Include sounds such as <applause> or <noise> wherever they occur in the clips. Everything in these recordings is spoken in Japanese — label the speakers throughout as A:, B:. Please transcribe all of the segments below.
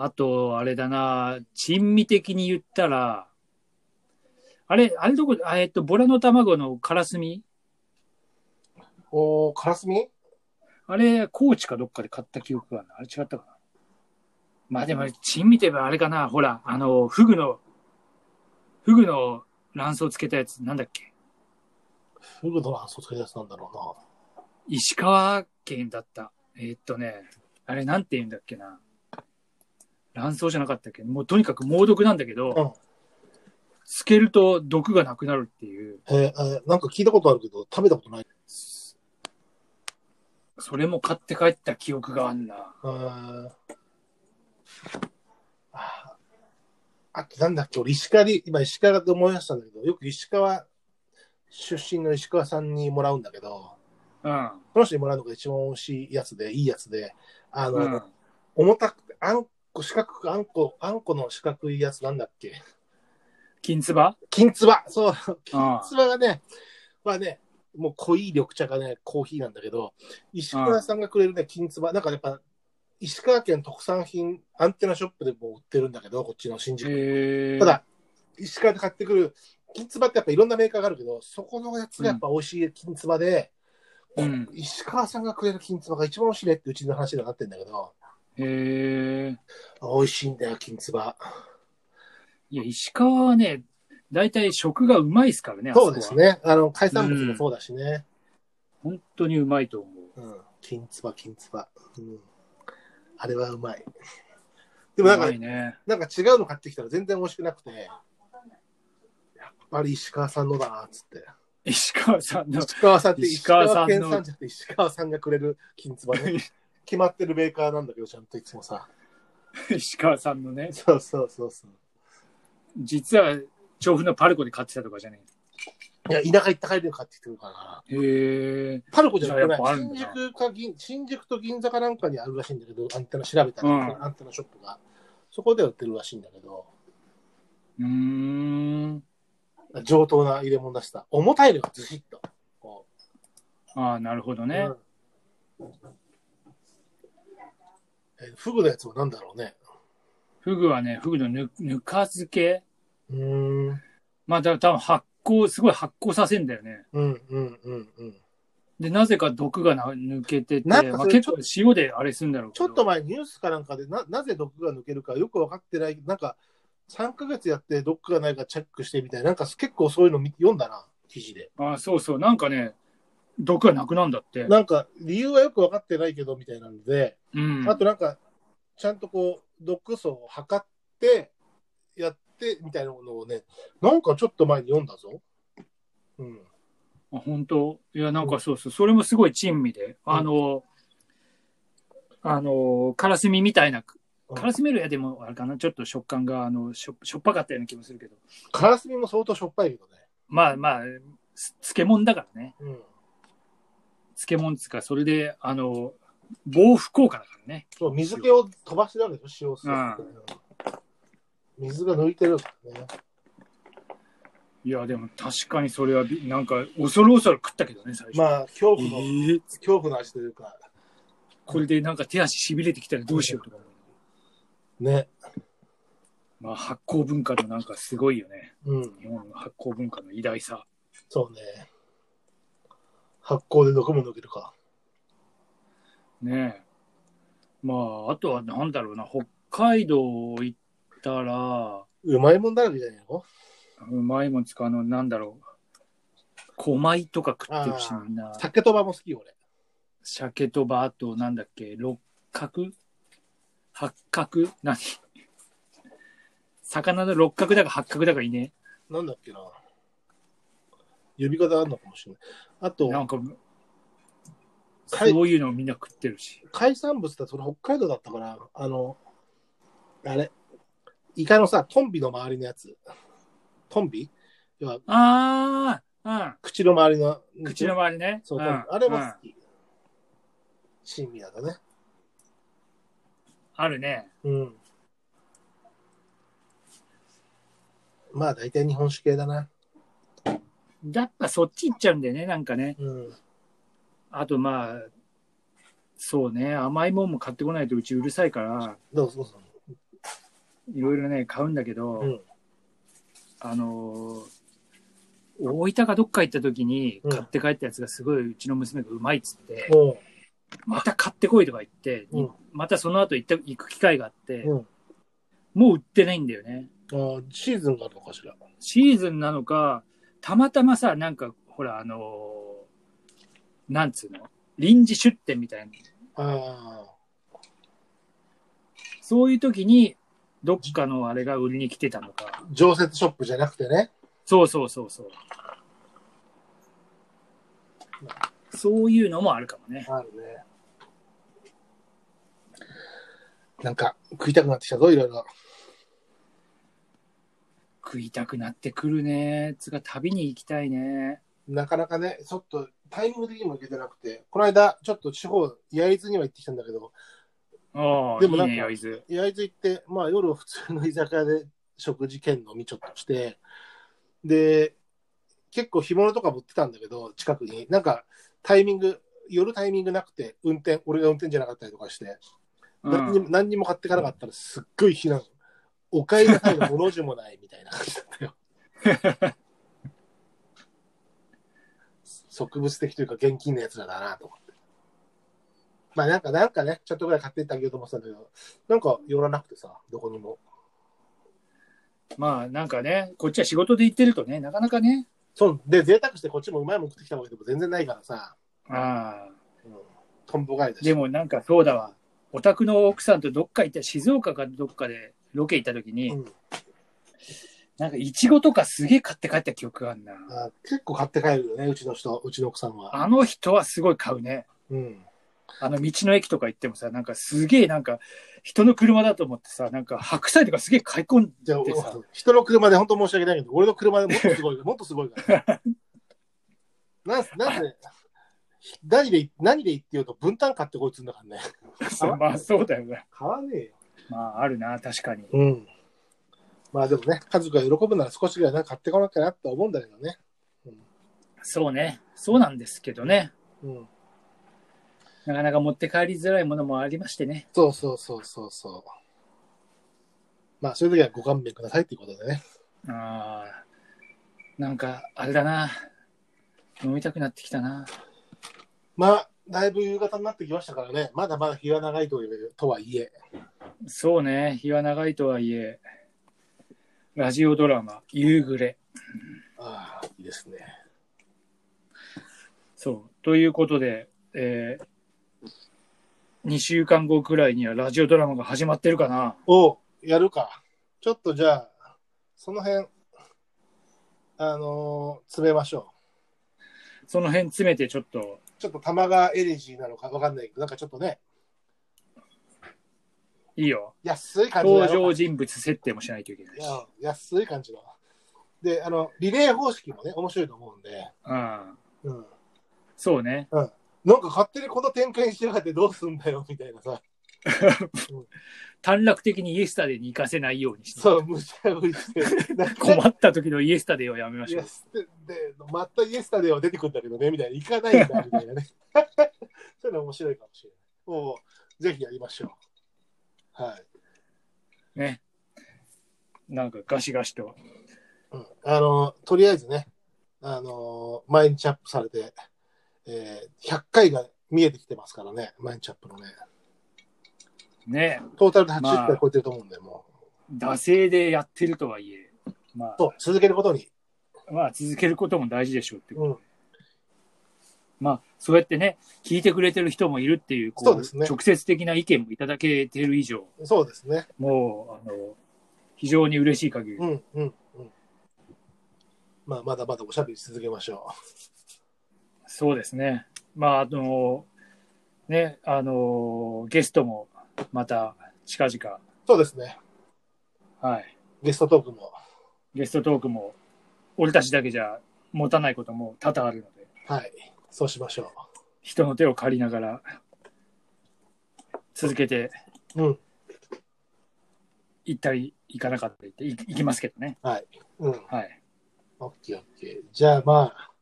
A: あと、あれだな、珍味的に言ったら、あれ、あれどこ、あえっと、ボラの卵のカラスミ
B: おー、カラスミ
A: あれ、高知かどっかで買った記憶があるな。あれ違ったかな。まあでも、珍味といえばあれかな、ほら、あの、フグの、フグの卵巣つけたやつ、なんだっけ。
B: フグの卵巣つけたやつなんだろ
A: 石川県だった。えーっとね、あれなんて言うんだっけな。卵巣じゃなかったっけもうとにかく猛毒なんだけど、つけると毒がなくなるっていう、
B: うな。えーえーなんか聞いたことあるけど、食べたことない。
A: それも買って帰った記憶があんな。
B: えーああと、なんだっけ、俺、石川で、今、石川で思い出したんだけど、よく石川出身の石川さんにもらうんだけど、
A: うん。
B: この人にもらうのが一番美味しいやつで、いいやつで、あの、
A: うん。
B: 重たくて、あんこ、四角く、あんこ、あんこの四角いやつなんだっけ。
A: 金つば
B: 金つばそう、
A: うん。
B: つばがね、まあね、もう濃い緑茶がね、コーヒーなんだけど、石川さんがくれるね、金つば、なんかやっぱ、石川県特産品、アンテナショップでも売ってるんだけど、こっちの新宿。
A: へえ。
B: ただ、石川で買ってくる、金つばってやっぱいろんなメーカーがあるけど、そこのやつがやっぱ美味しい金つばで、
A: うん。
B: 石川さんがくれる金つばが一番美味しいねってうちの話にはなってんだけど、
A: へえ。
B: 美味しいんだよ、金つば。
A: いや、石川はね、大体食がうまいですからね、あこは
B: そうです。ね。あの、海産物もそうだしね。
A: 本当にうまいと思う。
B: うん。金つば、金つば。うん。あれはうまい。 <laughs> でもなんか
A: うまい、ね。
B: なんか違うの買ってきたら全然美味しくなくて、やっぱり石川さんのだな、っつって。
A: 石川さんの
B: 石川さんって石
A: 石川
B: 川
A: さんの
B: 県産じゃなくて石川さんがくれる金つばね。決まってるメーカーなんだけど、ちゃんといつもさ。
A: 石川さんのね、
B: そうそうそうそう。
A: 実は調布のパルコで買ってたとかじゃね
B: いや、田舎行った帰りで買ってきてるからな。
A: え。へえ。
B: パルコじゃなく
A: じゃあやっぱある
B: て
A: ん
B: ね、
A: だ
B: 新
A: な
B: 宿か銀、新宿と銀座かなんかにあるらしいんだけど、アンテナ調べたら、
A: うん
B: アンテナショップが。そこで売ってるらしいんだけど、
A: うーん。
B: 上等な入れ物出した。重たいのがずしっと。こ
A: ああ、なるほど
B: う
A: ね。
B: うんえフグのやつは何だろうね。
A: フグはね、フグのぬぬか漬け。
B: うーん。
A: まあ、だ多分発酵、すごい発酵させんだよね。
B: うんうんうんうん。
A: で、なぜか毒がな抜けてて、ま
B: な
A: あ、
B: んかそれ
A: 結構塩であれするんだろうけ
B: ちょ
A: ど
B: っと前ニュースかなんかでな、なぜ毒が抜けるかよく分かってない、なんか、3ヶ月やって毒がないかチェックしてみたいな、なんか結構そういうの見読んだな、記事で。
A: ああ、そうそう。なんかね、毒がなくなんだって。
B: なんか、理由はよく分かってないけど、みたいなので、
A: うん。
B: あとなんか、ちゃんとこう、毒素を測って、やって、みたいなものをね、なんかちょっと前に読んだぞ。うん。
A: あ本当いや、なんかそうそう。それもすごい珍味で。あの、あの、カラスミみたいな、
B: うん
A: カラスミよりはでも、あれかな、ちょっと食感が、あの、しょしょっぱかったような気もするけど。
B: カラスミも相当しょっぱいけどね。
A: まあまあ、す漬物だからね。
B: うん。
A: 漬物っつうか、それで、あの、防腐効果だからね。
B: そう、水気を飛ばしてるわけでしょ、塩水、水が抜いてるからね。
A: いや、でも確かにそれはび、なんか、恐る恐る食ったけどね、最初。
B: まあ、恐
A: え
B: 怖の、
A: ー
B: 恐怖の味というか、
A: これでなんか手足痺れてきたらどうしようとか思う。
B: ね。
A: まあ、発酵文化のなんかすごいよね。
B: うん。
A: 日本の発酵文化の偉大さ。
B: そうね。発酵で毒も抜けるか。
A: ねえ。まあ、あとはなんだろうな、北海道行ったら、
B: うまいもんだらけじゃないの
A: うまいもんつかあの、なんだろう、狛江とか食ってるし、みんな。
B: 竹とばも好きよ、俺。
A: 鮭とば、あと、なんだっけ、六角八角何魚の六角だか八角だかいね
B: なんだっけな。呼び方あるのかもしれない。
A: え。
B: あ
A: な
B: と、
A: んか、
B: 海
A: そういうのをみんな食ってるし。
B: 海産物だとそれ北海道だったかな。あの、あれ、イカのさ、トンビの周りのやつ。トンビ要は、
A: ああ
B: 口の周りの。
A: うん。口の周りね。
B: そう、
A: ん
B: トンビあれも
A: うん
B: 好き。親身だね。
A: あるね。
B: うん。まあ大体日本酒系だな。
A: やっぱそっち行っちゃうんだよね、なんかね。
B: うん。
A: あとまあ、そうね、甘いもんも買ってこないとうちうるさいから、
B: どうぞどうぞ。
A: いろいろね、買うんだけど、
B: うん
A: あのー大分かどっか行った時に
B: うん
A: 買って帰ったやつがすごいうちの娘がうまいっつって、
B: おう
A: また買ってこいとか言って、
B: うん
A: またその後行った行く機会があって、
B: うん
A: もう売ってないんだよね。
B: あーシーズンがあるのかしら。
A: シーズンなのか、たまたまさ、なんか、ほら、あのーなんつうの臨時出店みたいな。
B: ああ。
A: そういう時に、どっかのあれが売りに来てたのか。
B: 常設ショップじゃなくてね。
A: そうそうそうそう。そういうのもあるかもね。
B: あるね。なんか、食いたくなってきたぞ、いろいろ。
A: 食いたくなってくるね。つが旅に行きたいね。
B: なかなかね、ちょっとタイミング的にもいけてなくて、この間、ちょっと地方、焼津には行ってきたんだけど、
A: ああ、
B: で
A: い
B: も
A: い
B: なんか
A: ね、焼津。
B: 焼津行って、まあ夜は普通の居酒屋で食事券飲みちょっとして、で、結構干物とか持ってたんだけど、近くに。なんか、タイミング、夜タイミングなくて、運転、俺が運転じゃなかったりとかして、
A: う
B: 何に
A: ん、
B: も何にも買ってかなかったらすっごい非難。お帰りなさいのもの字もないみたいな感じだったよ。植物的というか現金のやつらだなと思って。まあなんかなんかね、ちょっとぐらい買ってってあげようと思ってたんだけど、なんか寄らなくてさ、どこにも。
A: まあ、なんかね、こっちは仕事で行ってるとね、なかなかね。
B: そう、で、贅沢してこっちもうまいもん食ってきたわけでも全然ないからさ、
A: ああ。
B: うん、とんぼ返りだし。
A: でもなんかそうだわ。お宅の奥さんとどっか行った、静岡かどっかでロケ行った時に、
B: うん
A: なんかイチゴとかすげえ買って帰った記憶があんな。
B: あ結構買って帰るよね、うちの人、うちの奥さんは。
A: あの人はすごい買うね。
B: うん。
A: あの道の駅とか行ってもさ、なんかすげえなんか人の車だと思ってさ、なんか白菜とかすげえ買い込ん
B: じゃあ
A: でさ、、
B: 人の車で本当申し訳ないけど、俺の車でもっとす <laughs> ごい、もっとすごいから。なんすなんで、何で、何で言ってようと分担買ってこいつんだからね。
A: そうまあそうだよね。
B: 買わねえよ。
A: まああるな、確かに。
B: うん。まあでもね、家族が喜ぶなら少しぐらいなんか買ってこなきゃなって思うんだけどね。
A: そうね。そうなんですけどね。
B: うん。
A: なかなか持って帰りづらいものもありましてね。
B: そうそうそうそうそう。まあそういう時はご勘弁くださいっていうことでね。
A: ああ。なんか、あれだな。飲みたくなってきたな。
B: まあ、だいぶ夕方になってきましたからね。まだまだ日が長いというとはいえ。
A: そうね。日は長いとはいえ、ラジオドラマ、夕暮れ。
B: ああ、いいですね。
A: そう。ということで、えー、2週間後くらいにはラジオドラマが始まってるかな。
B: おやるか。ちょっとじゃあ、その辺、あのー詰めましょ
A: その辺詰めてちょっと、
B: う。ちょっと玉川エレジーなのかわかんないけど、なんかちょっとね、
A: いいよ。
B: 安い感じのや
A: 登
B: ろう
A: 場
B: か
A: 人物設定もしないといけないし。
B: いや安い感じの。で、あの、リレー方式もね、面白いと思うんで、
A: うん。
B: うん。
A: そうね。
B: なんか勝手にこの展開にしやがってどうすんだよ、みたいなさ。
A: 短絡的にイエスタデーに行かせないようにして。
B: そう、無茶ぶ
A: <laughs>
B: りして。なんか
A: 困った時のイエスタデーはやめま
B: い
A: しょ
B: や
A: う。
B: すででまたイエスタデーは出てくるんだけどねみたいな行かないんだみたいなね <laughs> そういうの面白いかもしれないもうぜひやりましょうはい、
A: ね。なんかガシガシと。
B: うん、あのとりあえずねあの毎日アップされて、えー100回が見えてきてますからね毎日アップのね
A: ね。
B: トータルで80
A: まあ
B: 回超えてると思うんで、も
A: 惰性でやってるとはいえ、ま
B: うそう続けることに、
A: あ、まあ続けることも大事でしょうっていう。
B: うん、
A: まあ、そうやってね、聞いてくれてる人もいるっていう、こ
B: そうですね
A: 直接的な意見もいただけてる以上、
B: そうですね
A: もう、あの、非常に嬉しい限り。
B: うんうんうんまあまだまだおしゃべり続けましょ
A: そうですね。まあ、あの、ね、あの、ゲストもまた近々、
B: うそうですね
A: はい、
B: ゲストトークも
A: ゲストトークも、俺たちだけじゃ持たないことも多々あるので、
B: はいそうしましょう
A: 人の手を借りながら、続けて
B: うん。
A: 行ったり行かなかったりってい行きますけどね。
B: うん。
A: はい。
B: オッケーオッケー。じゃあまあ、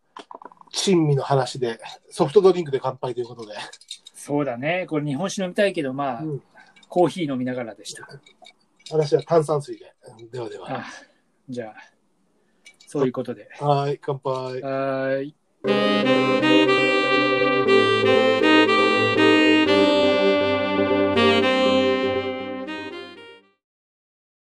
B: 珍味の話で、ソフトドリンクで乾杯ということで。
A: そうだね。これ日本酒飲みたいけど、まあ、
B: うん
A: コーヒー飲みながらでした。
B: 私は炭酸水で。ではでは。
A: あじゃあ、そういうことで。
B: はい、乾杯。
A: はーい。